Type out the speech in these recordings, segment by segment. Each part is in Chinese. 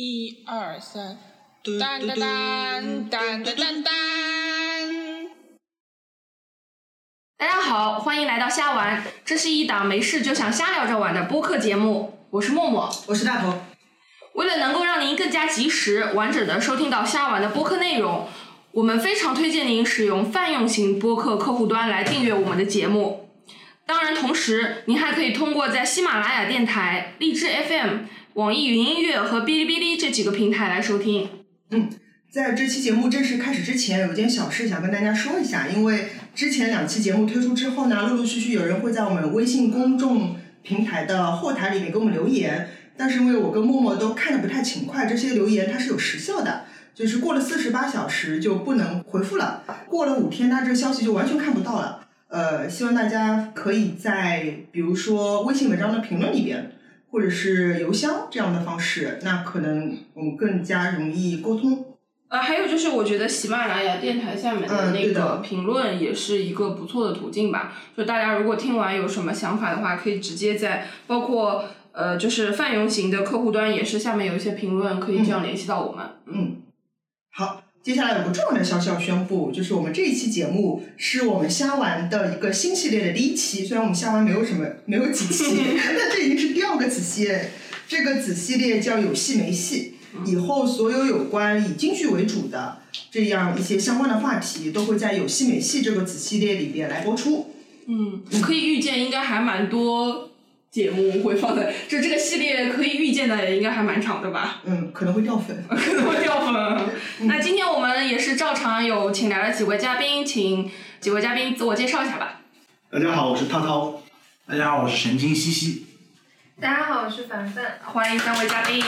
一二三，当当当当当当当。大家好，欢迎来到瞎玩，这是一档没事就想瞎聊着玩的播客节目，我是默默。我是大头，为了能够让您更加及时、完整的收听到瞎玩的播客内容，我们非常推荐您使用泛用型播客客户端来订阅我们的节目。当然，同时您还可以通过在喜马拉雅电台、荔枝 FM、网易云音乐和哔哩哔哩这几个平台来收听。在这期节目正式开始之前，有件小事想跟大家说一下，因为之前两期节目推出之后呢，陆陆续续有人会在我们微信公众平台的后台里面给我们留言，但是因为我跟默默都看的不太勤快，这些留言它是有时效的，就是过了四十八小时就不能回复了，过了五天，它这个消息就完全看不到了。呃，希望大家可以在比如说微信文章的评论里边，或者是邮箱这样的方式，那可能我们更加容易沟通。呃，还有就是，我觉得喜马拉雅电台下面的嗯那对个的评论也是一个不错的途径吧。就大家如果听完有什么想法的话，可以直接在包括呃，就是泛用型的客户端也是下面有一些评论可以这样联系到我们。好，接下来有个重要的消息要宣布，就是我们这一期节目是我们虾丸的一个新系列的第一期。虽然我们虾丸没有什么没有几期，但这已经是第二个子系列。这个子系列叫有戏没戏，以后所有有关以京剧为主的这样一些相关的话题，都会在有戏没戏这个子系列里边来播出。嗯，可以预见，应该还蛮多节目会放在，就这个系列可以预见的应该还蛮长的吧。嗯，可能会掉粉。可能会掉粉。那今天我们也是照常有请来了几位嘉宾，请几位嘉宾自我介绍一下吧。大家好，我是涛涛。大家好，我是神经兮兮。大家好，我是凡凡。欢迎三位嘉宾。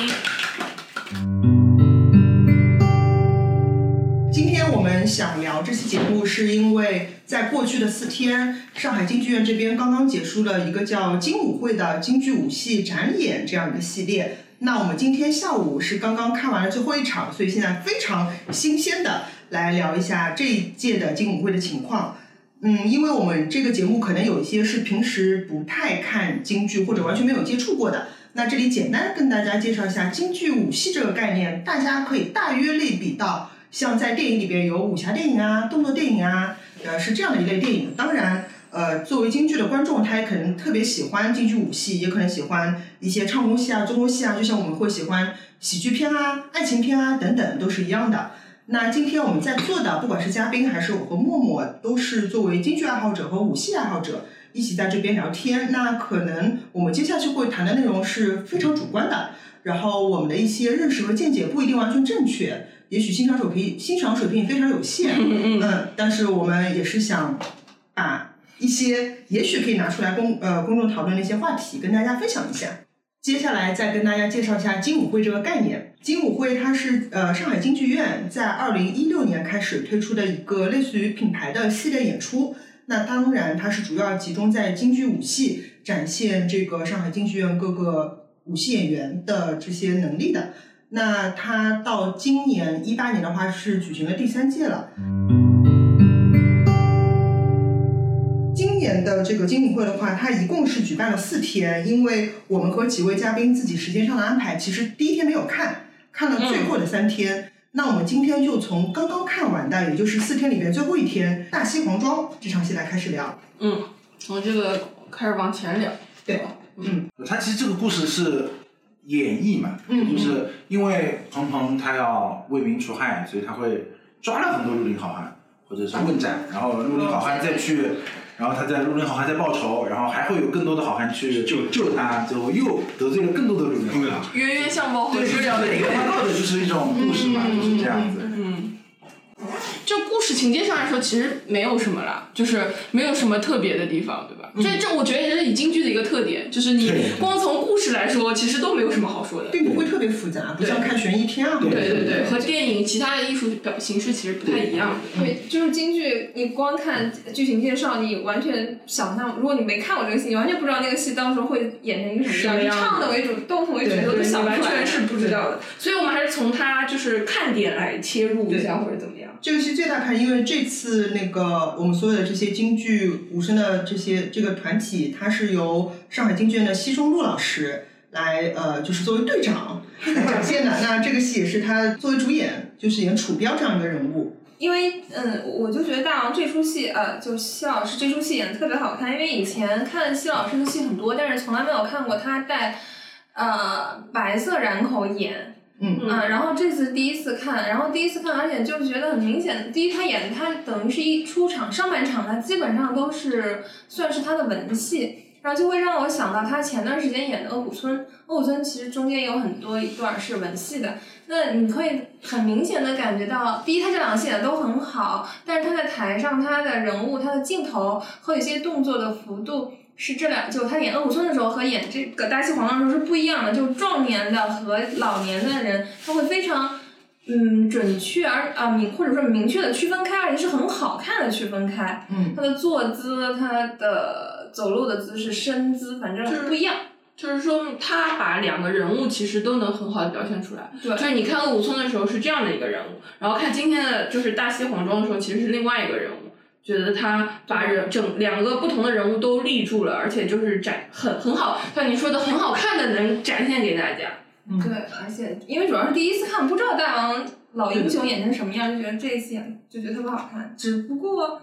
今天我们想聊这期节目，是因为在过去的四天，上海京剧院这边刚刚结束了一个叫“京舞会”的京剧舞戏展演这样一个系列。那我们今天下午是刚刚看完了最后一场，所以现在非常新鲜的来聊一下这一届的京舞会的情况。嗯，因为我们这个节目可能有一些是平时不太看京剧或者完全没有接触过的，那这里简单跟大家介绍一下京剧武戏这个概念，大家可以大约类比到像在电影里边有武侠电影啊、动作电影啊，呃是这样的一类电影。当然，呃作为京剧的观众，他也可能特别喜欢京剧武戏，也可能喜欢一些唱功戏啊、中国戏啊，就像我们会喜欢喜剧片啊、爱情片啊等等，都是一样的。那今天我们在座的，不管是嘉宾还是我和默默，都是作为京剧爱好者和武戏爱好者，一起在这边聊天。那可能我们接下去会谈的内容是非常主观的，然后我们的一些认识和见解不一定完全正确，也许欣赏水平欣赏水平也非常有限。嗯嗯。嗯，但是我们也是想把一些也许可以拿出来公呃公众讨论的一些话题跟大家分享一下。接下来再跟大家介绍一下金舞会这个概念。金舞会它是呃上海京剧院在二零一六年开始推出的一个类似于品牌的系列演出。那当然，它是主要集中在京剧舞戏，展现这个上海京剧院各个舞戏演员的这些能力的。那它到今年一八年的话是举行了第三届了。今年的这个金舞会的话，它一共是举办了四天，因为我们和几位嘉宾自己时间上的安排，其实第一天没有看，看了最后的三天。嗯那我们今天就从刚刚看完的，也就是四天里面最后一天《大西黄庄》这场戏来开始聊。嗯，从这个开始往前聊。对他其实这个故事是演绎嘛，嗯就是因为彭彭他要为民除害，所以他会抓了很多绿林好汉或者是问斩，然后绿林好汉再去，然后他在绿林好汉再报仇，然后还会有更多的好汉去救救他，最后又得罪了更多的绿林好汉。冤冤相报何对，时是这样了？的一个他到的就是一种故事嘛，就是这样子。嗯，就故事情节上来说，其实没有什么啦，就是没有什么特别的地方，对吧？这这，我觉得也是以京剧的一个特点，就是你对对光从故事来说，其实都没有什么好说的。并不会特别复杂，不对像看悬疑片啊。对对对对，和电影其他的艺术表形式其实不太一样。对，就是京剧，你光看剧情介绍，你完全想象，如果你没看过这个戏，你完全不知道那个戏到时候会演成一个什么什么样。样你子唱的为主，动作为主，对你都对能你想出来。完全是不知道的，所以我们还是从他就是看点来切入一下，或者怎么样。这个戏最大看，因为这次那个我们所有的这些京剧武生的这些这个团体，它是由上海京剧院的奚中路老师，来呃，就是作为队长 来展现 的。那这个戏也是他作为主演，就是演楚彪这样一个人物。因为嗯，我就觉得大王这出戏，呃，就是西老师这出戏演的特别好看。因为以前看西老师的戏很多，但是从来没有看过他带呃白色染口演。嗯啊、然后这次第一次看，然后第一次看，而且就是觉得很明显，第一他演的他等于是一出场上半场，他基本上都是算是他的文戏，然后就会让我想到他前段时间演的《恶虎村》，《恶虎村》其实中间有很多一段是文戏的，那你会很明显的感觉到，第一，他这两个戏演的都很好，但是他在台上他的人物、他的镜头和有些动作的幅度是这两，就他呃演《恶虎村》的时候和演这个《大西皇冠》的时候是不一样的，就壮年的和老年的人，他会非常。嗯，准确而啊明或者说明确的区分开，而且是很好看的区分开。嗯，他的坐姿、他的走路的姿势、身姿，反正不一样。就是说，他把两个人物其实都能很好的表现出来。对就是你看《恶武村》的时候是这样的一个人物，然后看今天的就是《大西黄庄》的时候，其实是另外一个人物。觉得他把人整两个不同的人物都立住了，而且就是展很很好，像你说的很好看的能展现给大家。嗯对，而且因为主要是第一次看，不知道大王老英雄演成什么样，就觉得这一次演就觉得特别好看。只不过，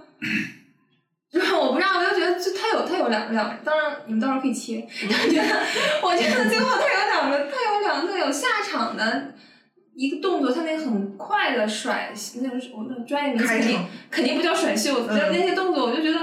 就是我不知道，我就觉得就他有他有两两，当然你们到时候可以切。嗯但觉得我觉得最后他有两个，他有两个有下场的一个动作，他那个很快的甩，那嗯个是我那专业名词开肯定场肯定不叫甩袖子，嗯但是那些动作我就觉得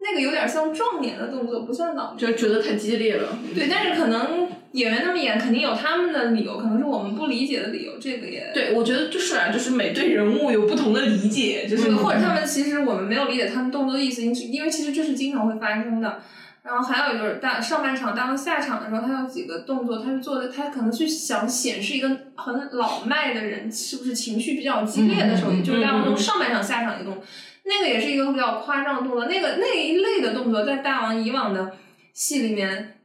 那个有点像壮年的动作，不像老年。就觉得太激烈了。对，但是可能演员那么演，肯定有他们的理由，可能是我们不理解的理由。这个也，对，我觉得就是啊，就是每对人物有不同的理解，就是对，嗯或者他们其实我们没有理解他们动作的意思，因因为其实这是经常会发生的。然后还有就是大上半场当下场的时候，他有几个动作，他是做的，他可能去想显示一个很老迈的人是不是情绪比较激烈的时候，嗯嗯嗯就是大王嗯嗯嗯从上半场下场一个动作，那个也是一个比较夸张的动作，那个那一类的动作在大王以往的戏里面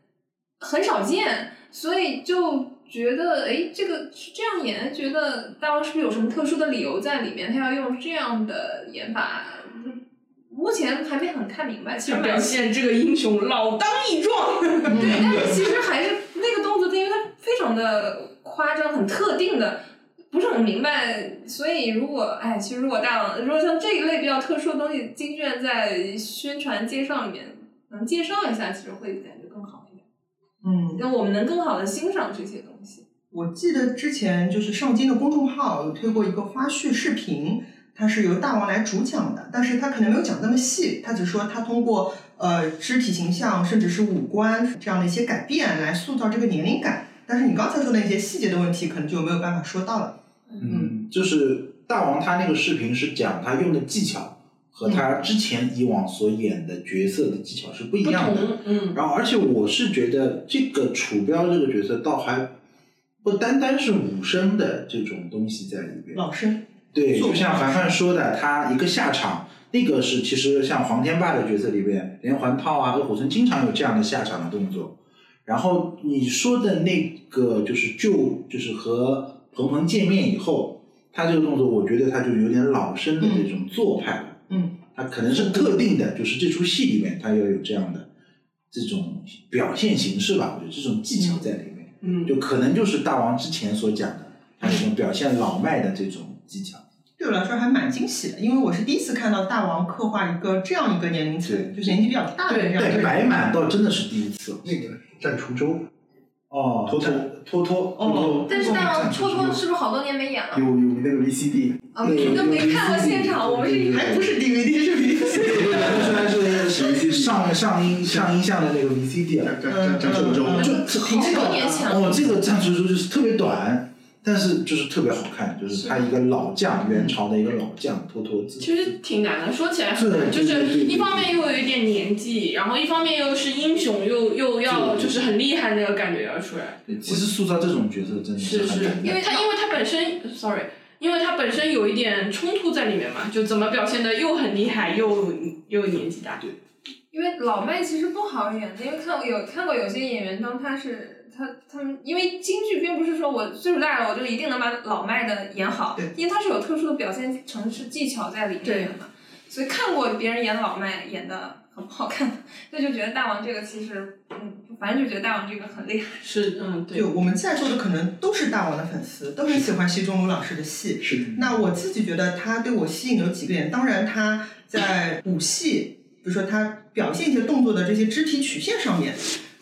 很少见，所以就觉得哎，诶这个是这样演，觉得大王是不是有什么特殊的理由在里面？他要用这样的演法，目前还没很看明白。其实就蛮表奇现这个英雄老当益壮。对，但是其实还是那个动作，因为它非常的夸张，很特定的。不是很明白，所以如果哎，其实如果大王，如果像这一类比较特殊的东西，京剧院在宣传介绍里面能介绍一下，其实会感觉更好一点。嗯，那我们能更好的欣赏这些东西。我记得之前就是上京的公众号有推过一个花絮视频，它是由大王来主讲的，但是他可能没有讲那么细，他只说他通过呃肢体形象甚至是五官这样的一些改变来塑造这个年龄感。但是你刚才说的一些细节的问题，可能就没有办法说到了。嗯，就是大王他那个视频是讲他用的技巧和他之前以往所演的角色的技巧是不一样的。嗯，然后，而且我是觉得这个楚彪这个角色倒还不单单是武生的这种东西在里边。老生，对，做就像法凡凡说的，他一个下场，那个是其实像黄天霸的角色里边，连环套啊和火村经常有这样的下场的动作。然后你说的那个就是旧，就是和鹏鹏见面以后，他这个动作，我觉得他就有点老生的这种做派了。嗯，他可能是特定的，就是这出戏里面他要有这样的这种表现形式吧，我觉得这种技巧在里面，嗯，就可能就是大王之前所讲的，他这种表现老迈的这种技巧。对我来说还蛮惊喜的，因为我是第一次看到大王刻画一个这样一个年龄层，对就是年纪比较大的这样一个对，人。白满倒真的是第一次。那个战滁州，哦，托托托托哦但是大王战戳术戳是是不是好多年没演了有？有那个 VCD，啊，你都没看过现场，我们是一对还不是 DVD 是 VCD，虽然是上上音上音像的那个 VCD 啊，战战战战滁州，嗯就嗯这好这个多年前了哦，这个战术就是特别短，但是就是特别好看，就是他一个老将，元朝的一个老将托托子。其实挺难的，说起来很难，对就是对对一方面又有一点年纪，然后一方面又是英雄，又又要对就是很厉害那个感觉要出来。对其实塑造这种角色真的是很是难，的因为他因为他本身，sorry，因为他本身有一点冲突在里面嘛，就怎么表现的又很厉害，又又年纪大。因为老麦其实不好演，因为看过有看过有些演员，当他是他他们，因为京剧并不是说我岁数大了我就一定能把老麦的演好对，因为他是有特殊的表现程式技巧在里面的嘛，所以看过别人演老麦演的好不好看，所以就觉得大王这个其实，嗯，反正就觉得大王这个很厉害。是嗯对对，，我们在座的可能都是大王的粉丝，都很喜欢奚中武老师的戏。是的，那我自己觉得他对我吸引有几个点，当然他在舞戏，比如说他表现一些动作的这些肢体曲线上面，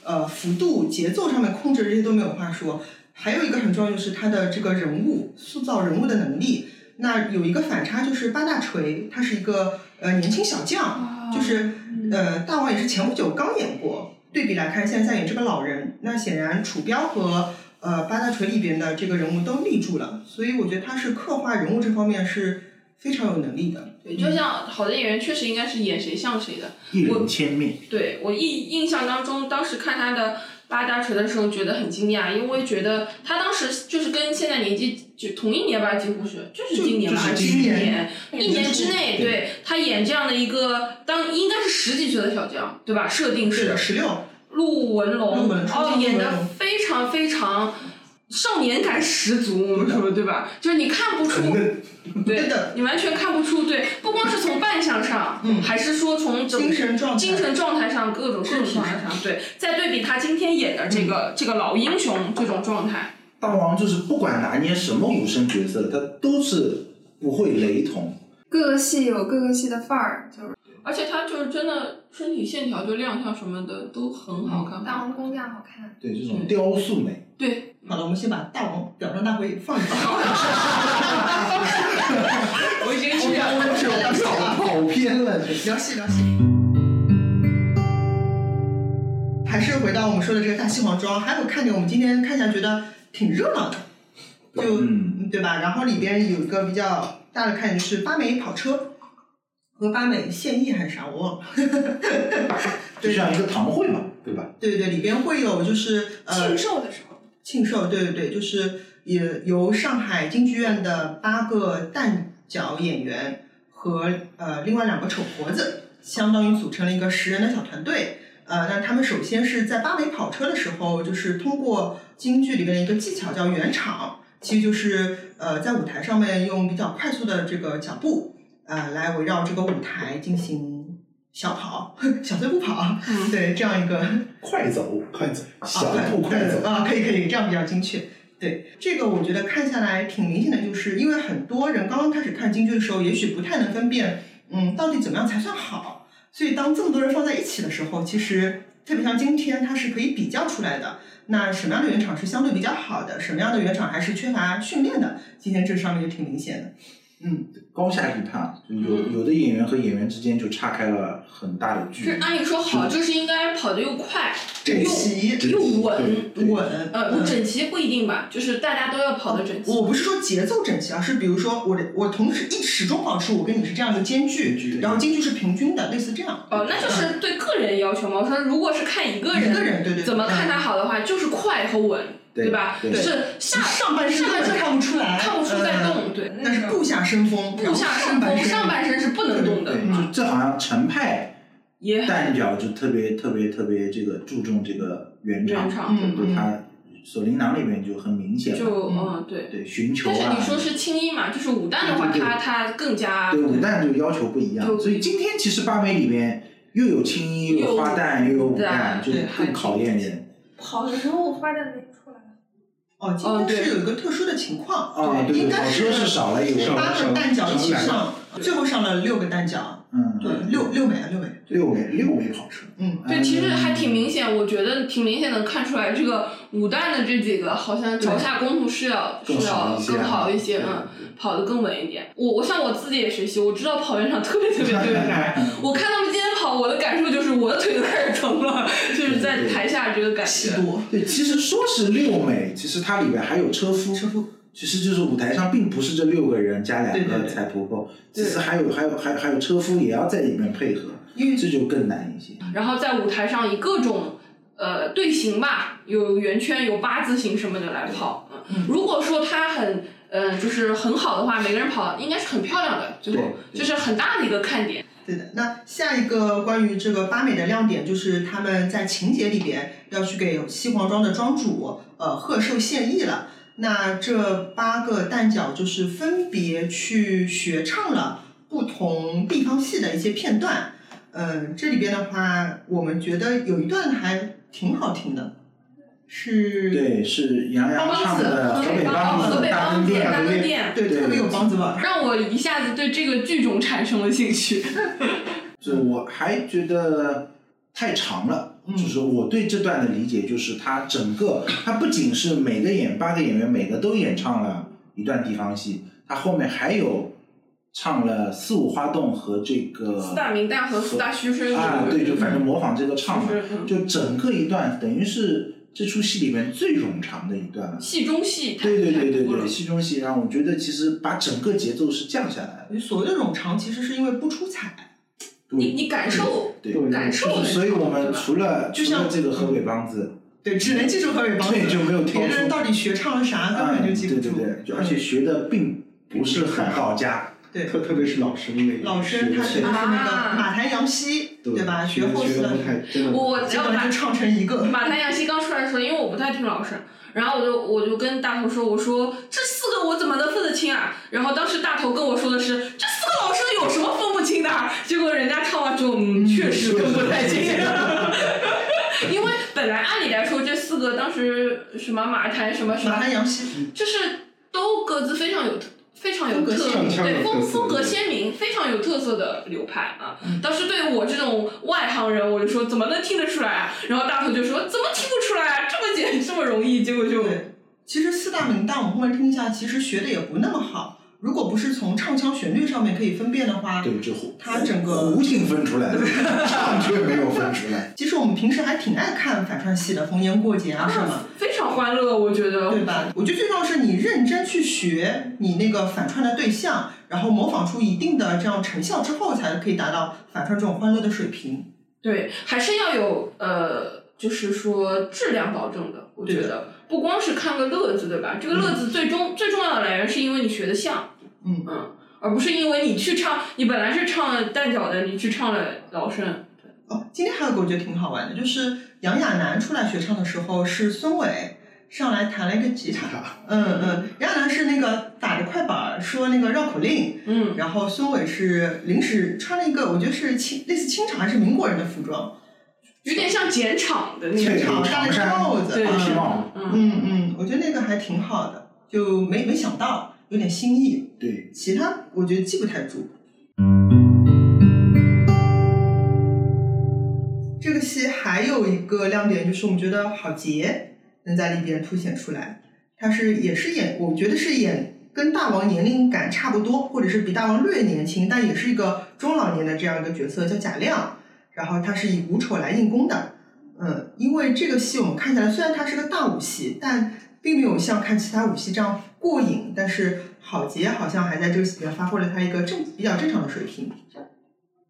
呃，幅度、节奏上面控制这些都没有话说。还有一个很重要就是他的这个人物塑造人物的能力。那有一个反差就是八大锤，他是一个呃年轻小将，就是呃大王也是前不久刚演过，对比来看现在在演这个老人，那显然楚标和呃八大锤里边的这个人物都立住了，所以我觉得他是刻画人物这方面是非常有能力的。对，就像好的演员确实应该是演谁像谁的。一人千面，对我印印象当中，当时看他的八大锤的时候，觉得很惊讶，因为觉得他当时就是跟现在年纪就同一年吧，几乎是就是今年吧，就是今今年年一年之内，对对他演这样的一个当应该是十几岁的小将，对吧？设定是是的，十六，陆文龙，陆文初哦，见演陆文的龙非常非常少年感十足，我们说对吧？就是你看不出，对对嗯的你完全看不出，对，不光是从扮相上，嗯还是说从整精神状态精神状态上各种各种状态上，对，再对比他今天演的这嗯个、这个老英雄这种状态，大王就是不管拿捏什么武生角色，他都是不会雷同。各个戏有各个戏的范儿，就是而且他就是真的身体线条就亮相什么的都很好看，大王工匠好看。对，这种雕塑美，对，好了，我们先把大王表彰大会放一放。 我已经去了。是我们跑跑偏了。这聊戏聊戏。还是回到我们说的这个大西黄庄，还有看点，我们今天看起来觉得挺热闹的，就、嗯对吧？然后里边有一个比较大的看点是八美跑车和八美现役还是啥，我忘了。 就像一个堂会嘛，对吧？对对对，里边会有就是呃庆寿的时候，庆寿，对对对，就是也由上海京剧院的八个旦角演员和呃另外两个丑婆子，相当于组成了一个十人的小团队。呃，那他们首先是在八尾跑车的时候，就是通过京剧里面的一个技巧叫圆场，其实就是呃在舞台上面用比较快速的这个脚步，呃来围绕这个舞台进行小跑、 小碎步跑，嗯对这样一个快走，快走，小啊，步快走，啊，可以可以，这样比较精确。对这个，我觉得看下来挺明显的，就是因为很多人刚刚开始看京剧的时候，也许不太能分辨，嗯，到底怎么样才算好。所以当这么多人放在一起的时候，其实特别像今天，它是可以比较出来的。那什么样的原厂是相对比较好的，什么样的原厂还是缺乏训练的？今天这上面就挺明显的。嗯，高下立判，就有有的演员和演员之间就岔开了很大的就距是哎离。按理说好就是应该跑得又快整齐这又对稳，稳，嗯呃，不整齐不一定吧，就是大家都要跑得整齐。我不是说节奏整齐，啊而是比如说我的我同时一始终保持我跟你是这样的间间距，距然后间距是平均的，类啊似这样。哦，那就是对个人要求嘛。我说，如果是看一个人，嗯一个人对对对嗯怎么看他好的话，就是快和稳，对吧？对是下上半身上半根身本看不出来嗯看不出在动，对，但是步下生风，步下生然后风，上半身是不能动的，嗯对，就这好像陈派也很旦角就特别特别特别这个注重这个原唱原，唱，嗯对他《锁麟囊》里面就很明显嘛，就嗯对。对寻求但啊。是你说是青衣嘛，就是武旦的话，对对对他他更加对武旦就要求不一样，就所以今天其实八美里面又有青衣，又有花旦，又有武旦，就对更考验人。跑的时候花旦没出来。哦，哦今天对是有一个特殊的情况，啊，对应对，该跑是车是少了一位，八少个了蛋角一起少上，最后上了六个蛋角，嗯，对，六六枚啊，六枚，六枚六枚跑车，嗯嗯，对，其实还挺明显，我觉得挺明显的看出来，这个武旦的这几个好像脚下功夫是要是更好要一些啊，更好一些，嗯，跑得更稳一点。我我像我自己也学习，我知道跑原场特别特别特别 难。我看他们今天跑，我的感受就是我的腿都开始疼了，就是在台下这个感气觉。多，对，其实说是六美，其实它里面还有车夫，车夫，其实就是舞台上并不是这六个人加两对对个对彩婆婆，其对实还有还有还有还有车夫也要在里面配合，因为这就更难一些。然后在舞台上以各种呃队形吧，有圆圈、有八字形什么的来跑。嗯，如果说他很呃就是很好的话，每个人跑应该是很漂亮的，最后对就是很大的一个看点。对的。那下一个关于这个八美的亮点就是他们在情节里边要去给西黄庄的庄主呃贺寿献艺了。那这八个旦角就是分别去学唱了不同地方戏的一些片段。呃，这里边的话，我们觉得有一段还挺好听的，是对，是杨洋帮帮唱子的《河河北北帮梆子河北大梆跟子店》啊大跟跟店对对特别有帮子味儿。让我一下子对这个剧种产生了兴趣。就嗯我还觉得太长了，嗯就是我对这段的理解就是，它整个它不仅是每个演八个演员每个都演唱了一段地方戏，它后面还有唱了四五花洞和这个四大名旦和四大须生呃啊，对，就反正模仿这个唱嘛是嗯，就整个一段等于是这出戏里面最冗长的一段了。戏中戏太对对对对太多对，了戏中戏让我觉得其实把整个节奏是降下来的。所谓的冗长，其实是因为不出彩。你你感受对，对感受就是很所以我们对吧除了就除像了这个河北梆子，对，只能记住河北梆对，子，就没有跳别人出。到底学唱了啥，根嗯，本就记对不对住。嗯对，就而且学的并不是很到家。对特特别是老生那一老生他学是的是那啊个马谭杨希，对吧？学学的后学四的段不，太真的我不我结要果把就唱成一个。马太阳系刚出来的时候，因为我不太听老生，然后我就我就跟大头说，我说这四个我怎么能分得清啊？然后当时大头跟我说的是，这四个老生有什么分不清的啊？结果人家唱完之后，嗯，确实分不太清。 因为本来按理来说，这四个当时什么马台什么什么马，谭杨希，就是都各自非常有特非常有特风格鲜明对风特色风格鲜明，非常有特色的流派啊。当时对我这种外行人，我就说怎么能听得出来啊？然后大头就说怎么听不出来啊？这么简这么容易，结果就对，其实四大名旦我们后来听一下，其实学的也不那么好。如果不是从唱腔旋律上面可以分辨的话，对，这胡他整个胡劲分出 来的， 唱却没有分出来。其实我们平时还挺爱看反串戏的，逢年过节啊什么，非常欢乐，我觉得。对吧？我觉得最重要是你认真去学你那个反串的对象，然后模仿出一定的这样成效之后，才可以达到反串这种欢乐的水平。对，还是要有呃，就是说质量保证的。我觉对得不光是看个乐子，对吧？这个乐子最终、最重要的来源是因为你学的像，嗯嗯，而不是因为你去唱，你本来是唱了蛋饺的，你去唱了老生，哦，今天还有个我觉得挺好玩的，就是杨亚楠出来学唱的时候是孙伟。上来弹了一个吉吉他他，嗯嗯，杨亚楠是那个打着快板儿说那个绕口令，嗯，然后孙伟是临时穿了一个，我觉得是清类似清朝还是民国人的服装，有点像剪场的那对长种，戴了个帽子，对嗯是吗？嗯，嗯嗯，我觉得那个还挺好的，就没没想到，有点新意。对，其他我觉得记不太住。这个戏还有一个亮点就是，我们觉得郝杰能在里边凸显出来，他是也是演，我觉得是演跟大王年龄感差不多，或者是比大王略年轻，但也是一个中老年的这样一个角色，叫贾亮。然后他是以武丑来硬攻的，嗯，因为这个戏我们看下来，虽然它是个大武戏，但并没有像看其他武戏这样过瘾。但是郝杰好像还在这个戏里面发挥了他一个正比较正常的水平。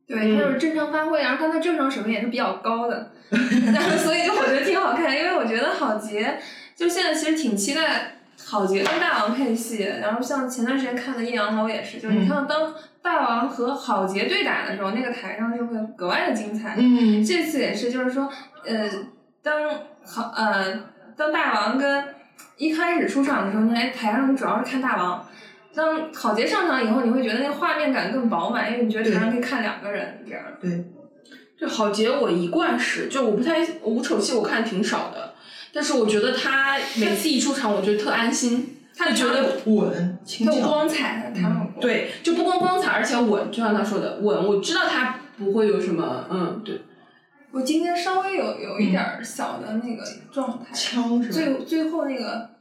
对，他嗯就是正常发挥，然后但他正常水平也是比较 高的，然后所以就我觉得挺好看，因为我觉得郝杰就现在其实挺期待郝杰跟大王配戏，然后像前段时间看的《阴阳楼》也是，就是你嗯看到当大王和郝杰对打的时候，那个台上就会格外的精彩。嗯，这次也是，就是说，呃，当好呃，当大王跟一开始出场的时候，你来台上主要是看大王。当郝杰上场以后，你会觉得那个画面感更饱满，因为你觉得台上可以看两个人这样。这郝杰我一贯是，就我不太无丑戏我看挺少的，但是我觉得他每次一出场，我就特安心，他就觉得稳轻它有巧，光彩，台上有嗯光。对，就不光光彩，而且稳，就像他说的稳，我知道他不会有什么，嗯，对，我今天稍微有有一点儿小的那个状态，嗯枪是吧？最最后那个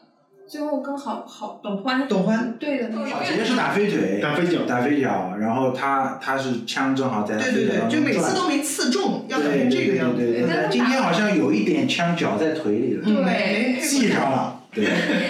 最后跟郝郝董欢董欢对的那个郝杰是打飞腿，打飞脚打飞脚，然后他他是枪正好在他对对飞脚对，当就中每次转都没刺中，要表对现对这个对样对子。对对，但但是今天打好像有一点枪绞在腿里了，对嗯没系上了。对，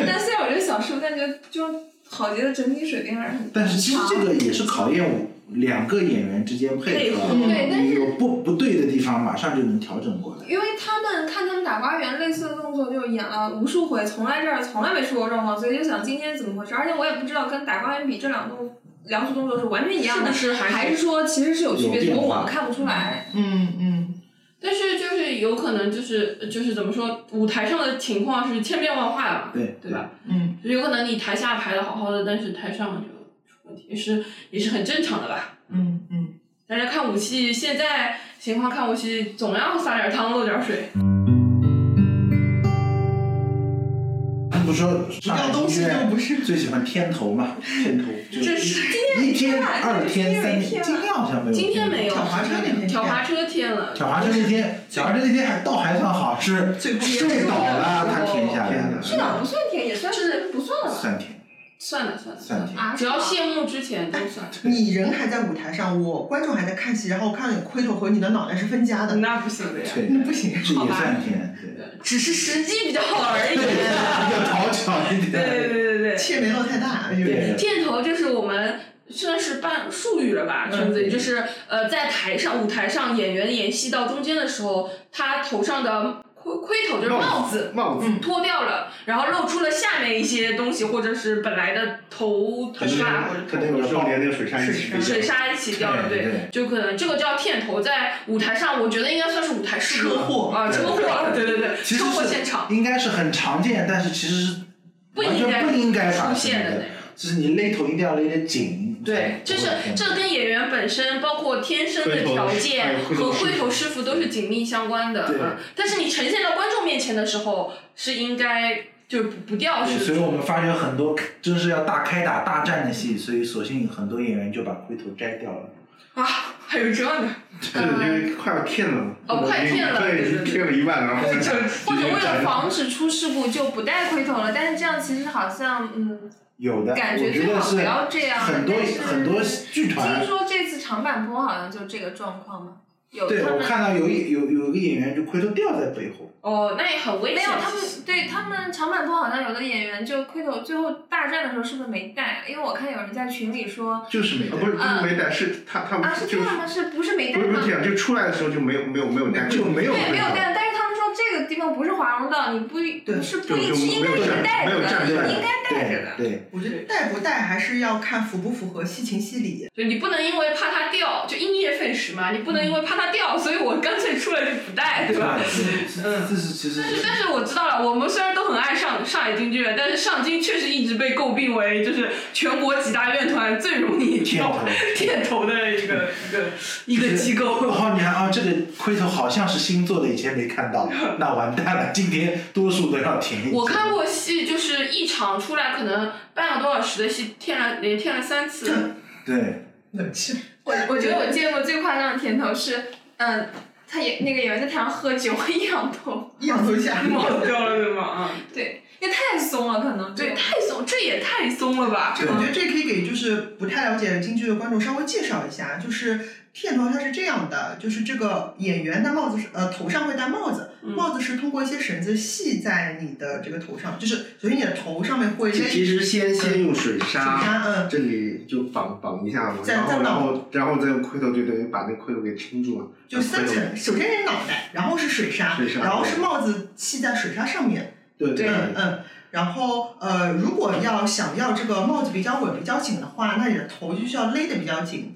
但虽然我觉得小失误，但觉得就是郝杰的整体水平还是很但是其实这个也是考验我两个演员之间配配合，合对但是有不不对的地方，马上就能调整过来。因为他们看他们打瓜园类似的动作就演了无数回，从来这儿从来没出过状况，所以就想今天怎么回事？而且我也不知道跟打瓜园比这两动两组动作是完全一样的，是不是还是还是说其实是有区别，有只变不化过我们看不出来。嗯嗯，但是就是有可能就是就是怎么说，舞台上的情况是千变万化吧，对对吧？嗯，就有可能你台下排的好好的，但是台上就出问题，也是也是很正常的吧。嗯嗯，大家看武戏现在行话看过去，总要撒点汤漏点水。嗯他们不说上海要东音西就乐不是最喜欢天头嘛，天头就这是一天、二天、三今天天，今天好像没有。今天没有挑滑车那天挑滑车天了，小华车那天，小华车那天还倒还算好，是最后睡倒了，他停下来了，是哪不算甜，也算是不算了吧？算甜算了算了算甜。啊，只要谢幕之前都算。你人还在舞台上，我观众还在看戏，然后我看你盔头和你的脑袋是分家的， 那不行的呀，对，嗯那 不行。这也算甜，对，只是时机比较好而已。 要讨巧一点。对对切没落太大，啊有点。片头就是我们算是半术语了吧，圈子里就是呃，在台上舞台上演员演戏到中间的时候，他头上的盔盔头就是帽子。帽嗯子，脱掉了，然后露出了下面一些东西，或者是本来的头头肯定发或者肯定有时候连那个水杉一起飞水掉。纱一起掉了，对对，就可能这个叫片头，在舞台上我觉得应该算是舞台事故车祸啊，车祸，对对对，其实车祸是现场应该是很常见，但是其实是不完应全该不应该出发生现的那的样。。就是你勒头一定要勒得紧，对，就是这跟演员本身，包括天生的盔头条师还件有和盔龟头头师傅都是紧密相关的。对嗯，但是你呈现到观众面前的时候，是应该就不不掉对所是以我们发觉很多真是要大开打大战的戏，所以索性很多演员就把盔头摘掉了。啊，还有这样的，对，因为快要骗了。哦快骗了对对对，对骗了一半，然后就或者为了斩防止出事故就不戴盔头了，但是这样其实好像嗯，有的，感我觉觉最得好是不要这样。很多但是很多剧团听，说这次长坂坡好像就这个状况嘛，有对他我们看到有一有有一个演员就盔头掉在背后，哦，那也很危没险。有他们对他们长坂坡好像有的演员就盔头最后大战的时候是不是没戴？啊因为我看有人在群里说就是没，不是不是没带，是他他嗯啊们是这就是样吗？是不是没戴不是不吗是？这样，就出来的时候就没有没有没有带，就没有对，没有戴，带。但是他们说这个地方不是华容道，你不对是不就应就应该没有是站戴没着有的，站你对应该戴着对的。对，我觉得带不带还是要看符不符合戏情戏理。就你不能因为怕它掉，就因噎废食嘛，你不能因为怕它嗯掉，所以我干脆出来就不带，对 吧？这这是其实但是但是我知道了，我们虽然都很爱上上海京剧院，但是上京确实一直被诟病为就是全国几大院团最容易天跳头。 片头的一个 一个一个机 然构。后你看啊，这个盔头好像是新做的，以前没看到，那完蛋了， 今天多数都要停。我看过戏，就是一场出来可能半个多小时的戏，添了连添了三 次。对，冷气，我我觉得我见过最夸张的甜头是，嗯、他演那个演员在台上喝酒 一仰头，一仰头下。掉了对吗？嗯对，也太松了，可能对，这个太松，这也太松了吧？这我觉得这可以给就是不太了解京剧的观众稍微介绍一下，就是片头它是这样的，就是这个演员他帽子是呃头上会戴帽子，嗯帽子是通过一些绳子系在你的这个头上，就是首先你的头上面会勒其实先先用嗯水手纱，纱，嗯，这里就绑绑一下嘛，再然再后然后然后再用盔头就等于把那盔头给撑住了，就三盔头层，首先是脑袋，然后是水纱，水纱然后是帽子系在水纱上面。对对嗯嗯，然后呃，如果要想要这个帽子比较稳、比较紧的话，那你的头就需要勒得比较紧。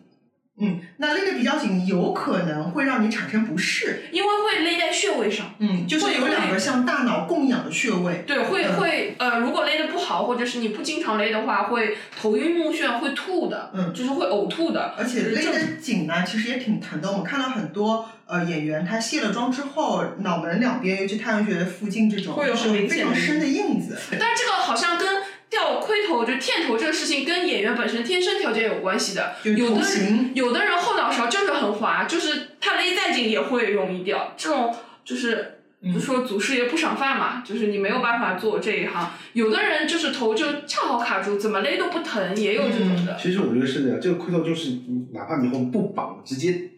嗯，那勒得比较紧，有可能会让你产生不适。因为会勒在穴位上。嗯，就是有两个像大脑供氧的穴位。对，会嗯会呃，如果勒的不好，或者是你不经常勒的话，会头晕目眩，会吐的，嗯就是会呕吐的。而且勒得紧呢，其实也挺疼的。我们看到很多呃演员，他卸了妆之后，脑门两边，尤其太阳穴附近这种，会有是很明非显的常深的印子。但是这个好像跟掉盔头，就片头这个事情，跟演员本身天生条件有关系的。就是有头的人型有的人后脑勺就是很滑，就是他勒再紧也会容易掉。这种就是。嗯就说祖师爷不赏饭嘛，就是你没有办法做这一行。有的人就是头就恰好卡住，怎么勒都不疼，也有这嗯种的。其实我觉得是这样，这个盔头就是你哪怕你以后不绑，直接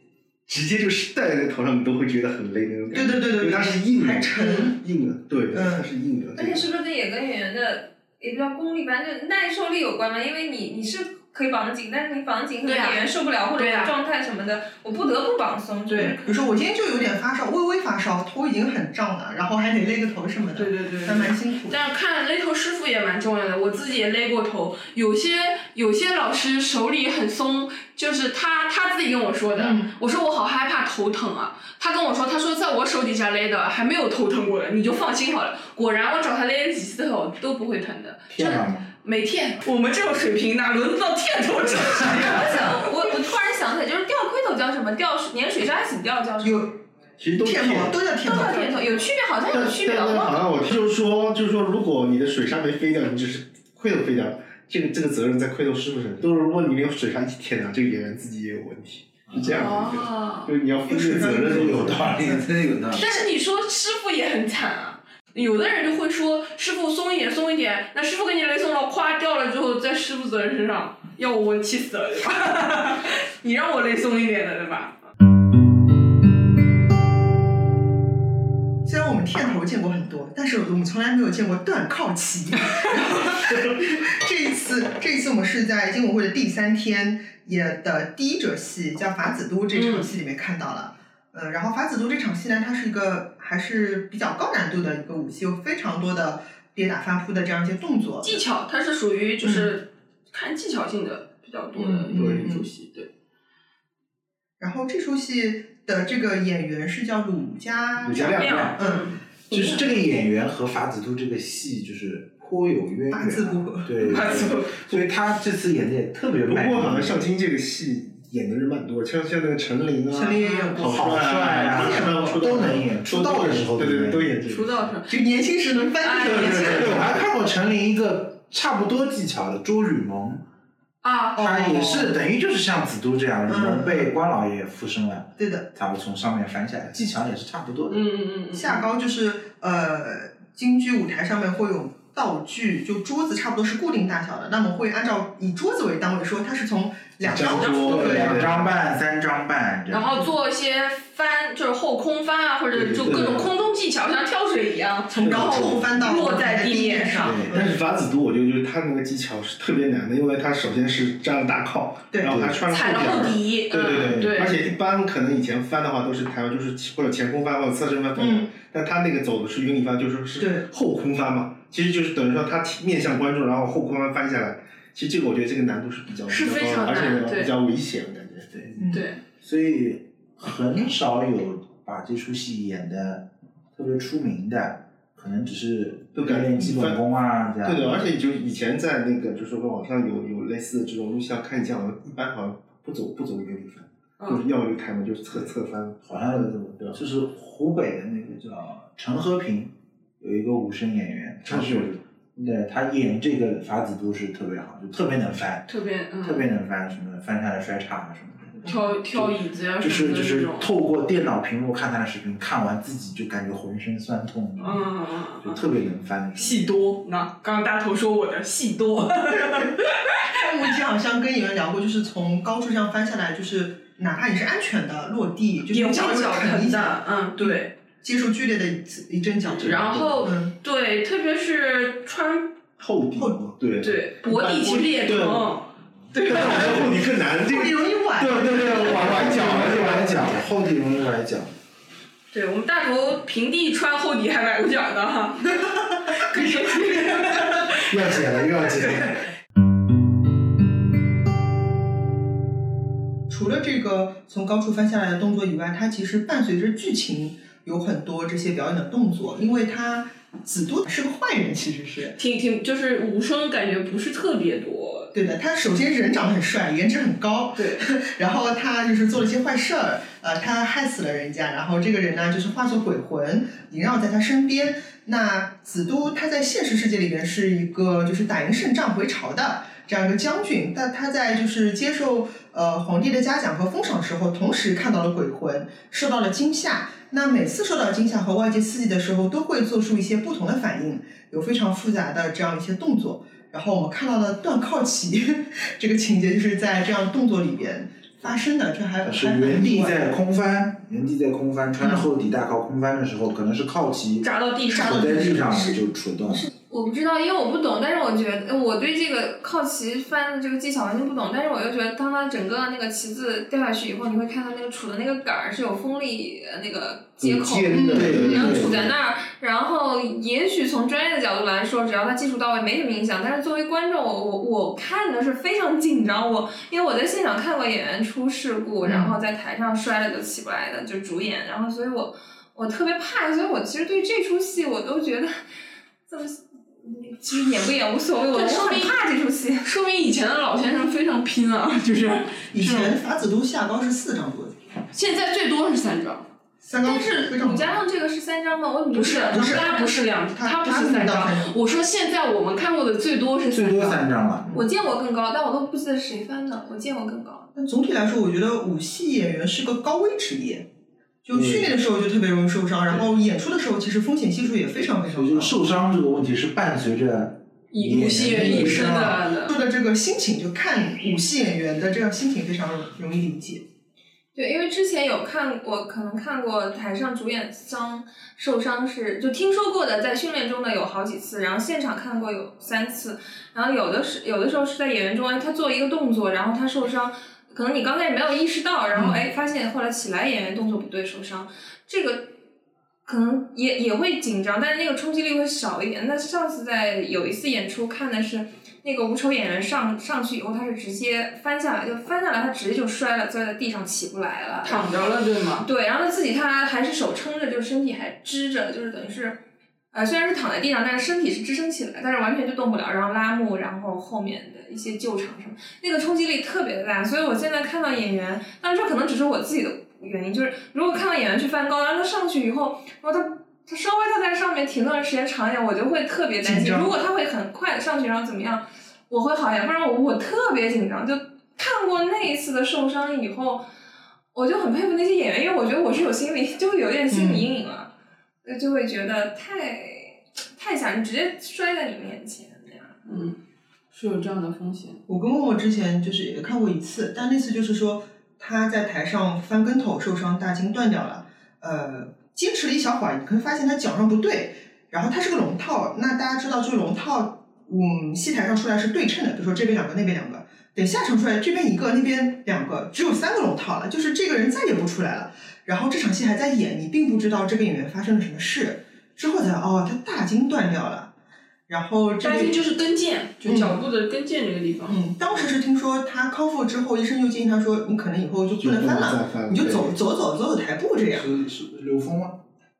直接就是戴在头上，你都会觉得很累那种对感觉。对对因对为它对，是硬还的，沉。硬的，对，嗯它是硬的。而且是不是也跟演员的也不叫功力吧，就耐受力有关嘛？因为你你是可以绑得紧，但是你绑得紧，可能对啊演员受不了、或者对啊我状态什么的，我不得不绑松。对，嗯比如说我今天就有点发烧，微微发烧，头已经很胀了，然后还得勒个头什么的。对对对对还蛮辛苦的。但是看勒头师傅也蛮重要的，我自己也勒过头。有些有些老师手里很松，就是他他自己跟我说的。嗯我说我好害怕头疼啊，他跟我说，他说在我手底下勒的还没有头疼过的，你就放心好了。果然我找他勒了几次头都不会疼的。天哪！每天我们这种水平哪轮得到剃头 者？我想，我我突然想起来，就是吊盔头叫什么？吊粘水沙洗吊叫什么？有其实都天骗头啊都叫天都头叫，电头，有区别，好像但有区别，但我但忘好了。像我听说，就是说，如果你的水沙没飞掉，你就是亏头飞掉，这个这个责任在亏头师傅身上。就是如果你连水沙一起舔掉，这个演员自己也有问题，是这样的一个。哦，就是你要负这个责任是有道理的。真的有嗯道理。但是你说师傅也很惨啊。有的人就会说师傅松一点松一点，那师傅给你勒松了，夸掉了之后在师傅责任身上，要我我气死了，对吧？ 你让我勒松一点的，对吧？虽然我们天头见过很多，但是我们从来没有见过断靠 旗。这一次，这一次我们是在金舞会的第三天演的第一折戏，叫《法子都》这场嗯戏里面看到了。呃，然后法子都这场戏呢，它是一个还是比较高难度的一个舞戏，有非常多的跌打翻扑的这样一些动作。技巧它是属于就是看技巧性的比较多的嗯一嗯个主戏，对。然后这出戏的这个演员是叫鲁佳，你加这啊量，样，嗯，就是这个演员和法子都这个戏就是颇有渊源法子都啊，对，法子都所以他这次演的也特别啊不卖力。过好像上清这个戏演的人蛮多，像像那个陈琳啊，陈琳也演过好帅好帅啊出道都能演出道的时候对对对都演这个出道是就啊年轻时能翻哎的年轻人对，我还看过陈琳一个差不多技巧的周雨萌，啊，她也是等于就是像子都这样，雨萌嗯被关老爷附身了，对的，她从上面翻下来，技巧也是差不多的。嗯嗯嗯嗯，下高就是呃，京剧舞台上面会有道具，就桌子差不多是固定大小的，那么会按照以桌子为单位说，它是从两张两张桌嗯对两张半、三张半这样，然后做一些翻，就是后空翻啊，或者就各种空中技巧，像跳水一样，从高处翻到落在地地面上上。对但是法子都，我觉得就是他那个技巧是特别难的，因为他首先是扎了大靠，对然后还穿了踩了后后脚，底，对嗯对对，而且一般可能以前翻的话都是台湾就是或者前空翻或者侧身翻翻，嗯但他那个走的是云里翻，就是对是后空翻嘛，其实就是等于说他面向观众，然后后空翻翻下来，其实这个我觉得这个难度是比较是非常高的难而且对比较危险，我感觉。对，对，所以很少有把这出戏演的特别出名的，可能只是都感觉练练基本功啊这样。对的，而且就以前在那个就是网上有有类似的这种录像看见，好像一般好像不走不走云里翻，就是嗯，要么就开门就是侧侧翻，好像对对对就是湖北的那个叫陈和平，有一个武生演员，他啊是有是对他演这个法子都是特别好，就特别能翻，特别嗯，特别能翻，什么翻下来摔叉啊什么的。挑挑椅子呀什就么是就的那是种，透过电脑屏幕看他的视频，看完自己就感觉浑身酸痛，嗯嗯嗯就嗯，特别能翻。戏多，那刚刚大头说我的戏 多，但 我之前好像跟演员聊过，就是从高处这样翻下来，就是哪怕你是安全的落地，就是也会脚会脚疼一疼下，的，嗯对，接受剧烈的一次一阵脚震。然后嗯，对，特别是穿后底对对脖底其实也对疼， 对，但我觉得后底更难，这特个别容易崴。对对对，往外脚容易崴往脚，后底容易崴脚。对我们大头平地穿后底还崴过脚呢 哈，可以要剪了，又要剪了。除了这个从高处翻下来的动作以外，它其实伴随着剧情有很多这些表演的动作，因为它子都是个坏人，其实是挺挺就是武生感觉不是特别多，对的。他首先人长得很帅，颜值很高，对， 然后他就是做了一些坏事儿，呃，他害死了人家，然后这个人呢就是化作鬼魂萦绕在他身边。那子都他在现实世界里面是一个就是打赢胜仗回朝的这样一个将军，但他在就是接受呃皇帝的嘉奖和封赏时候，同时看到了鬼魂，受到了惊吓。那每次受到惊吓和外界刺激的时候，都会做出一些不同的反应，有非常复杂的这样一些动作。然后我们看到的断靠旗 这个情节，就是在这样动作里边发生的，这还是还蛮原意地外的在空翻，原地在空翻，穿着后底大靠空翻的时候，可能是靠旗扎到地上杵在地上了就杵断了。我不知道，因为我不懂，但是我觉得我对这个靠旗翻的这个技巧完全不懂，但是我又觉得，当它整个那个旗子掉下去以后，你会看到那个杵的那个杆儿是有锋利呃那个 接口，尖的，嗯对然后杵在那儿，然后也许从专业的角度来说，只要他技术到位，没什么影响。但是作为观众，我我我看的是非常紧张，我因为我在现场看过演员出事故，然后在台上摔了就起不来的，就主演，然后所以我我特别怕，所以我其实对这出戏我都觉得怎么。其实演不演无所谓，我这我说很明怕这出 戏。说明以前的老先生非常拼啊，就是以前法子都下高是四张桌子，现在最多是三张，三高但是非常武家让这个是三张吗？我怎么不是，觉得不是他不是两，他他不他是是三到张三张。我说现在我们看过的最多是最三多张，三张了。我见过更高，但我都不记得谁翻的。我见过更高，那总体来说，我觉得武戏演员是个高危职业，就嗯训练的时候就特别容易受伤，然后演出的时候其实风险系数也非常非所常以就高。是受伤这个问题是伴随着以无戏啊人以身的说的这个心情，就看武戏演员的这样心情非常容易理解。对，因为之前有看，我可能看过台上主演伤受伤是，就听说过的，在训练中的有好几次，然后现场看过有三次，然后有的是有的时候是在演员中，哎，他做一个动作，然后他受伤，可能你刚开始没有意识到，然后嗯哎，发现后来起来演员动作不对受伤，这个可能也也会紧张，但是那个冲击力会少一点。那上次在有一次演出看的是那个无丑演员上上去以后，他是直接翻下来，就翻下来，他直接就摔了，摔在地上起不来了。躺着了，对吗？对，然后他自己他还是手撑着，就是身体还支着，就是等于是，呃，虽然是躺在地上，但是身体是支撑起来，但是完全就动不了，然后拉幕，然后后面的一些救场什么，那个冲击力特别的大，所以我现在看到演员，当然这可能只是我自己的原因，就是如果看到演员去翻高，然后他上去以后，然后他。他稍微他在上面停顿的时间长一点，我就会特别担紧心。张如果他会很快的上去，然后怎么样，我会好一点。不然我我特别紧张，就看过那一次的受伤以后，我就很佩服那些演员，因为我觉得我是有心理，就会有点心理阴影了，呃就会觉得太太吓人，直接摔在你面前那样。嗯，是有这样的风险。我跟默默之前就是也看过一次，但那次就是说他在台上翻跟头受伤，大筋断掉了，呃，坚持了一小会儿，你会发现他脚上不对，然后他是个龙套，那大家知道就是龙套，嗯，戏台上出来是对称的，比如说这边两个，那边两个，等下场出来这边一个，那边两个，只有三个龙套了，就是这个人再也不出来了，然后这场戏还在演，你并不知道这个演员发生了什么事，之后才哦，他大筋断掉了。然后这大个筋就是跟腱，就脚部的跟腱这个地方。嗯，当时是听说他康复之后，医生就建议他说，你可能以后就不能翻就不能了再，翻了你就对走走走走走台步这样。是是刘峰吗？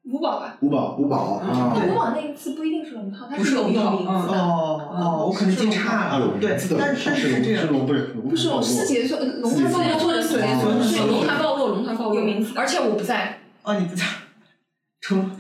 五宝吧，五宝五宝嗯啊但五宝那一次不一定是龙套，它不是有龙有套名字嗯的，哦哦，我可能记差啊了，龙对自，动但是但是是龙这是样，龙不是龙不是暴我露四节说龙四套节暴露或者四节哦说是是有龙龙潭套暴露，龙潭暴露有名字的而且我不在，哦，你不在，重，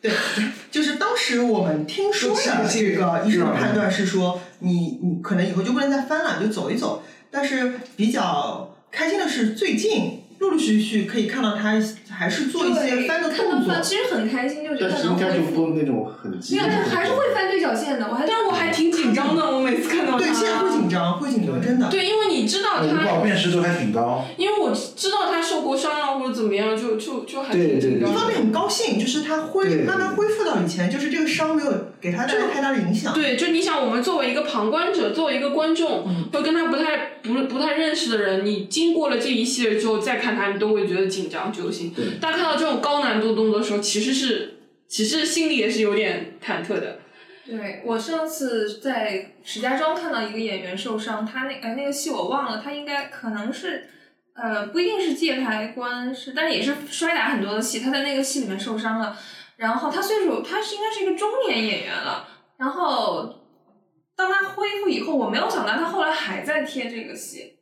对，对就是当时我们听说的这个医生的判断是说，你你可能以后就不能再翻了，你就走一走。但是比较开心的是，最近陆陆续续可以看到他还是做一些对翻的看动到作翻，其实很开心，就觉但得是能应该恢就复。不那种很激没烈有，但的动作。还是会翻对角线的，我还但是我还挺紧张 的。我每次看到对，现在会他，紧张，会紧张，真的。对，因为你知道五他，宝辨识度还挺高，因为我知道他受过伤啊了或者怎么样，就就就还挺紧对一张方的。面很高兴，就是他恢对慢慢恢复到以前，就是这个伤没有给他带来太大的影响。对，就你想，我们作为一个旁观者，作为一个观众，嗯会跟他不太不不太认识的人，你经过了这一系列之后再看他，你都会觉得紧张揪心对。大家看到这种高难度动作的时候，其实是其实心里也是有点忐忑的。对我上次在石家庄看到一个演员受伤，他那呃那个戏我忘了，他应该可能是呃不一定是界牌官是，但是也是摔打很多的戏，他在那个戏里面受伤了。然后他岁数他是应该是一个中年演员了，然后当他恢复以后，我没有想到他后来还在贴这个戏，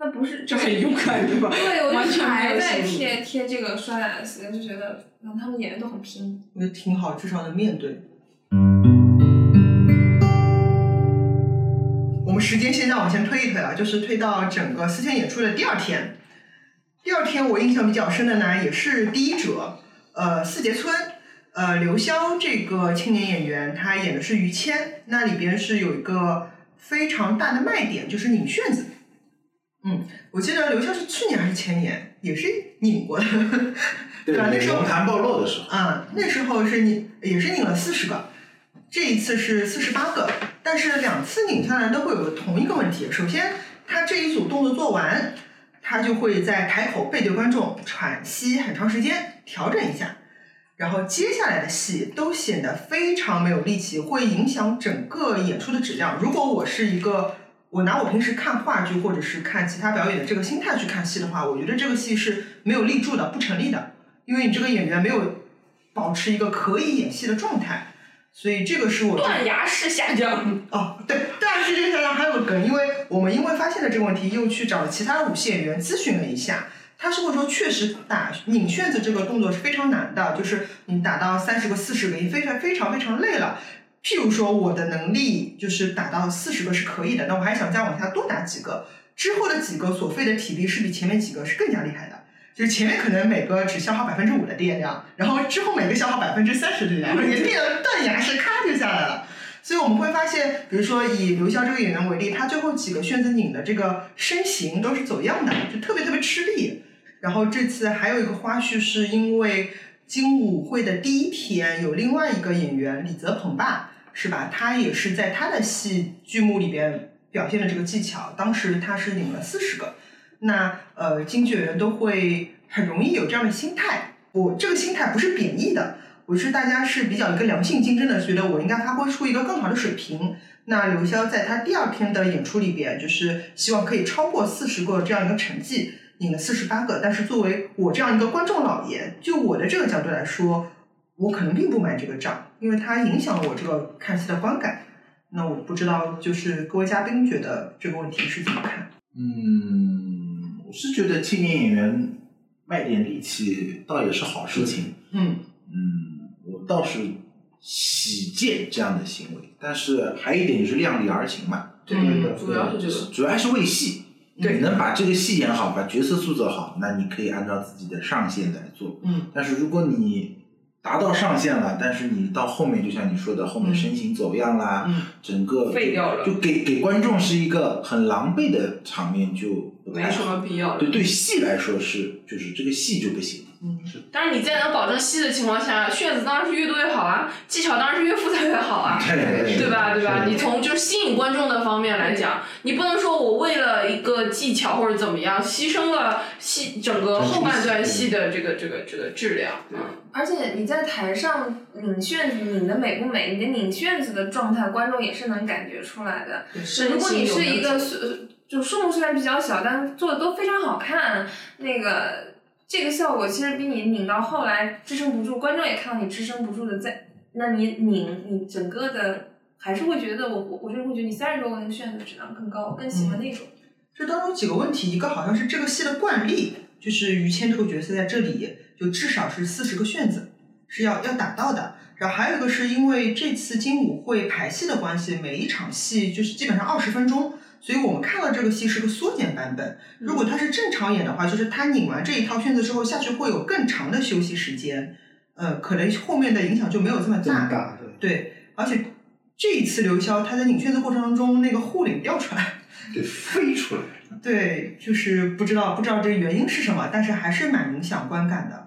那不是就很勇敢，对吧？对，我完就全没还有在心理贴贴这个摔打的戏，就觉得嗯他们演员都很拼。我觉得挺好，至少能面对。我们时间现在往前推一推啊，就是推到整个四天演出的第二天。第二天我印象比较深的呢，也是第一者，呃，四节村，呃，刘潇这个青年演员，他演的是于谦，那里边是有一个非常大的卖点，就是拧旋子。嗯，我记得刘潇是去年还是前年，也是拧过的， 对吧？那时候龙潭暴露的时候，啊，那时候是拧，也是拧了四十个，这一次是四十八个，但是两次拧下来都会有同一个问题。首先，他这一组动作做完，他就会在台口背对观众喘息很长时间，调整一下，然后接下来的戏都显得非常没有力气，会影响整个演出的质量。如果我是一个我拿我平时看话剧或者是看其他表演的这个心态去看戏的话，我觉得这个戏是没有立住的，不成立的。因为你这个演员没有保持一个可以演戏的状态，所以这个是我断崖式下降，哦，对，但是这个下降还有个梗，因为我们因为发现了这个问题，又去找了其他五线员咨询了一下，他是会说，确实打拧旋子这个动作是非常难的，就是你打到三十个、四十个已经非常非常非常累了。譬如说我的能力就是打到四十个是可以的，那我还想再往下多打几个，之后的几个所费的体力是比前面几个是更加厉害的。就是前面可能每个只消耗百分之五的电量，然后之后每个消耗百分之三十的电量，你练了断崖式咔就下来了。所以我们会发现，比如说以刘潇这个演员为例，他最后几个旋子拧的这个身形都是走样的，就特别特别吃力。然后这次还有一个花絮，是因为精武会的第一天有另外一个演员李泽鹏吧，是吧？他也是在他的戏剧目里边表现了这个技巧，当时他是拧了四十个。那呃，经纪人都会很容易有这样的心态。我这个心态不是贬义的，我是大家是比较一个良性竞争的，觉得我应该发挥出一个更好的水平。那刘潇在他第二天的演出里边，就是希望可以超过四十个这样一个成绩，赢了四十八个。但是作为我这样一个观众老爷，就我的这个角度来说，我可能并不买这个账，因为它影响了我这个看戏的观感。那我不知道，就是各位嘉宾觉得这个问题是怎么看？嗯，我是觉得青年演员卖点力气倒也是好事情。嗯。嗯，我倒是喜见这样的行为，但是还有一点就是量力而行嘛。对嗯对主要是这个。主要还是为戏。对你能把这个戏演好，把角色塑造好，那你可以按照自己的上限来做。嗯，但是如果你达到上限了，但是你到后面，就像你说的，后面嗯身形走样啦，嗯整个废掉了就给给观众是一个很狼狈的场面，就不太没什么好。必要了对。对，戏来说是就是这个戏就不行了。但是你在能保证戏的情况下，旋子当然是越多越好啊，技巧当然是越复杂越好啊。对对吧？对吧？是你从就是吸引观众的方面来讲，你不能说我为了一个技巧或者怎么样，牺牲了戏整个后半段戏的这个这个这个质量。嗯而且你在台上拧旋子拧的美不美，你的拧旋子的状态，观众也是能感觉出来的。如果你是一个，数就数目虽然比较小，但做的都非常好看，那个这个效果其实比你拧到后来支撑不住，观众也看到你支撑不住的在，那你拧你整个的还是会觉得我我我就会觉得你三十多个那个旋子质量更高，我更喜欢那种。这当中有几个问题，一个好像是这个戏的惯例，就是于谦这个角色在这里就至少是四十个旋子是要要打到的。然后还有一个是因为这次金舞会排戏的关系，每一场戏就是基本上二十分钟，所以我们看到这个戏是个缩减版本。如果他是正常演的话，就是他拧完这一套旋子之后下去会有更长的休息时间，呃，可能后面的影响就没有这么这大么。大，对，对，而且这一次刘潇他在拧圈子过程当中那个护领掉出来，对，飞出来。对，就是不知道不知道这个原因是什么，但是还是蛮影响观感的。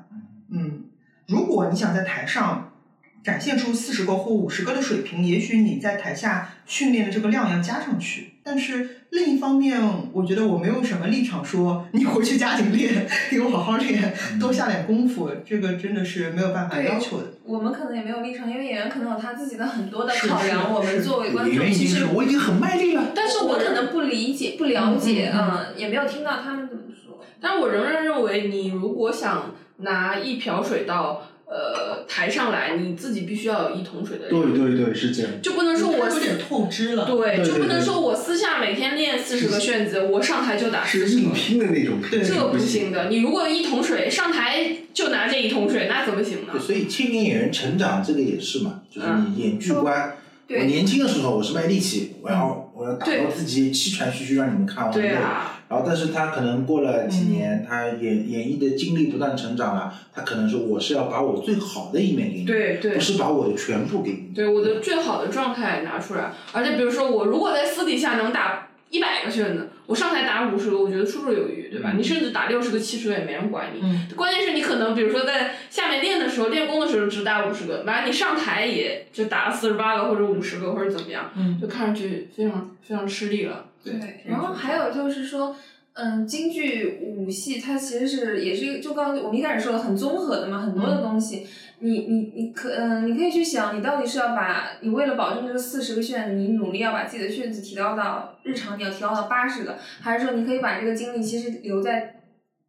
嗯，如果你想在台上展现出四十个或五十个的水平，也许你在台下训练的这个量要加上去。但是另一方面，我觉得我没有什么立场说你回去加紧练，给我好好练，多下点功夫，这个真的是没有办法对要求的。我们可能也没有立场，因为演员可能有他自己的很多的是考是量。我是们作为观演众，员已其经是实我已经很卖力了。但是我可能不理解、不了解，嗯嗯，也没有听到他们怎么说。但我仍然认为，你如果想拿一瓢水到呃台上来，你自己必须要有一桶水的量，对对对，是这样。就不能说我有点透支了。对，对就不对能对说我私下每天练四十个旋子，我上台就打四是十硬个。拼的那种，对这个不不行。的，你如果一桶水上台就拿这一桶水，那怎么行呢对，？所以青年演员成长这个也是嘛，就是你嗯演剧观。对我年轻的时候我是卖力气，我要我要打嗯对到自己气喘吁吁，让你们看我对累。啊，嗯然后，但是他可能过了几年，他演演绎的经历不断成长了，他可能说我是要把我最好的一面给你，对对不是把我的全部给你。对，我的最好的状态拿出来，而且比如说我如果在私底下能打一百个旋子，我上台打五十个，我觉得绰绰有余，对吧？你甚至打六十个、七十个也没人管你。嗯关键是你可能比如说在下面练的时候，练功的时候只打五十个，完了你上台也就打了四十八个或者五十个或者怎么样，嗯就看上去非常非常吃力了。对，然后还有就是说，嗯，京剧武戏它其实是也是一个就刚刚我们一开始说的很综合的嘛，很多的东西，你你你可嗯，你可以去想，你到底是要把你为了保证这个四十个旋子，你努力要把自己的旋子提高到日常你要提高到八十个，还是说你可以把这个精力其实留在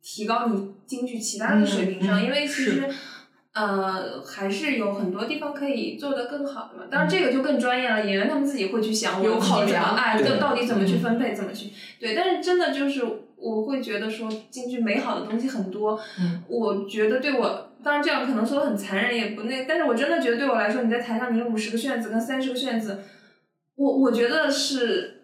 提高你京剧其他的水平上，嗯嗯因为其是实。呃，还是有很多地方可以做得更好的嘛。当然，这个就更专业了，演员他们自己会去想有我考自己怎么量哎，对就到底怎么去分配，怎么去对。但是真的就是，我会觉得说京剧美好的东西很多，嗯我觉得对我，当然这样可能说的很残忍，也不那，但是我真的觉得对我来说，你在台上你有五十个旋子跟三十个旋子，我我觉得是。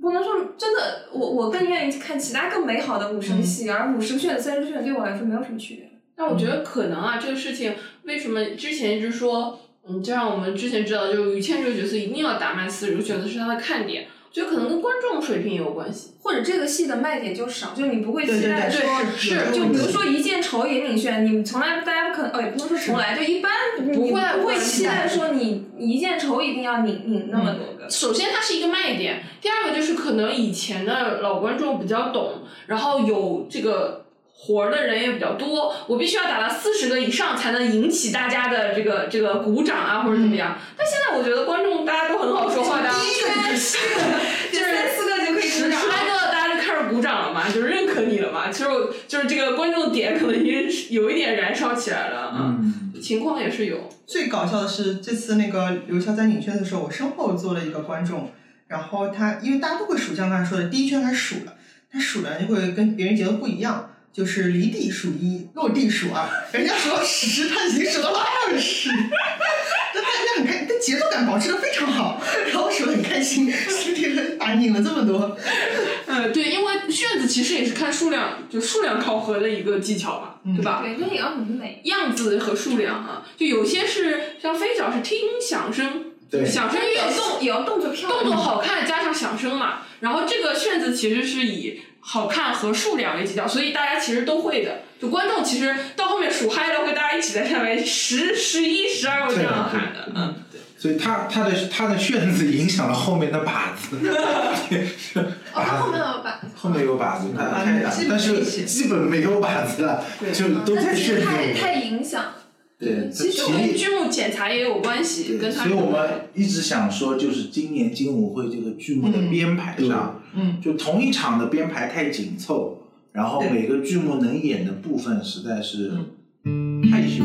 不能说真的，我我更愿意看其他更美好的武生戏，而武生炫、三生炫对我来说没有什么区别。但我觉得可能啊，这个事情为什么之前一直说，嗯，就像我们之前知道，就于谦这个角色一定要打满四十个选择是他的看点，我觉得可能跟观众水平也有关系。或者这个戏的卖点就少，就你不会对期对待对，说。是有这就个比如问题说《一剑愁》引领炫，你从来大家不可能，哦，也不能说从来，就一般你不会不会不会期待说你《一剑愁》一定要拧拧那么多个。首先它是一个卖点，第二个就是可能以前的老观众比较懂，然后有这个活儿的人也比较多，我必须要打到四十个以上才能引起大家的这个这个鼓掌啊或者怎么嗯样。但现在我觉得观众大家都很好说话的 啊，就三四个就可以十鼓掌拍个大家就开始鼓掌了嘛，就认可你了嘛，其实我就是这个观众点可能也是有一点燃烧起来了啊，嗯，情况也是有，最搞笑的是，这次那个刘潇在拧圈的时候，我身后坐了一个观众，然后他因为大家都会数，像刚才说的，第一圈开始数了，他数了就会跟别人节奏不一样，就是离地数一，落地数二，人家数到十，他已经数到了二十，那他人家很开，他节奏感保持的非常好，然后数的很开心，十天打拧了这么多，呃，对，因为旋子其实也是看数量，就数量考核的一个技巧嘛，对吧？对，这也要很美。样子和数量啊，就有些是像飞脚是听响声，对响声乐也要动动，也要动作漂亮。动作好看加上响声嘛，然后这个旋子其实是以好看和数量为基调，所以大家其实都会的。就观众其实到后面数嗨了，会大家一起在下面十、十一、十二这样喊的，嗯，所以他他的他的旋子影响了后面的 靶子，对哦，那靶后面子有把。后面有靶子，嗯他开打基本但是没戏基本没有靶子了，对就都那在其旋实子太里。太影响，对，其实体跟力。剧目检查也有关系，对，跟他所以我们一直想说，就是今年金舞会这个剧目的编排上，嗯就同一场的编排太紧凑，然后对嗯每个剧目能演的部分实在是太有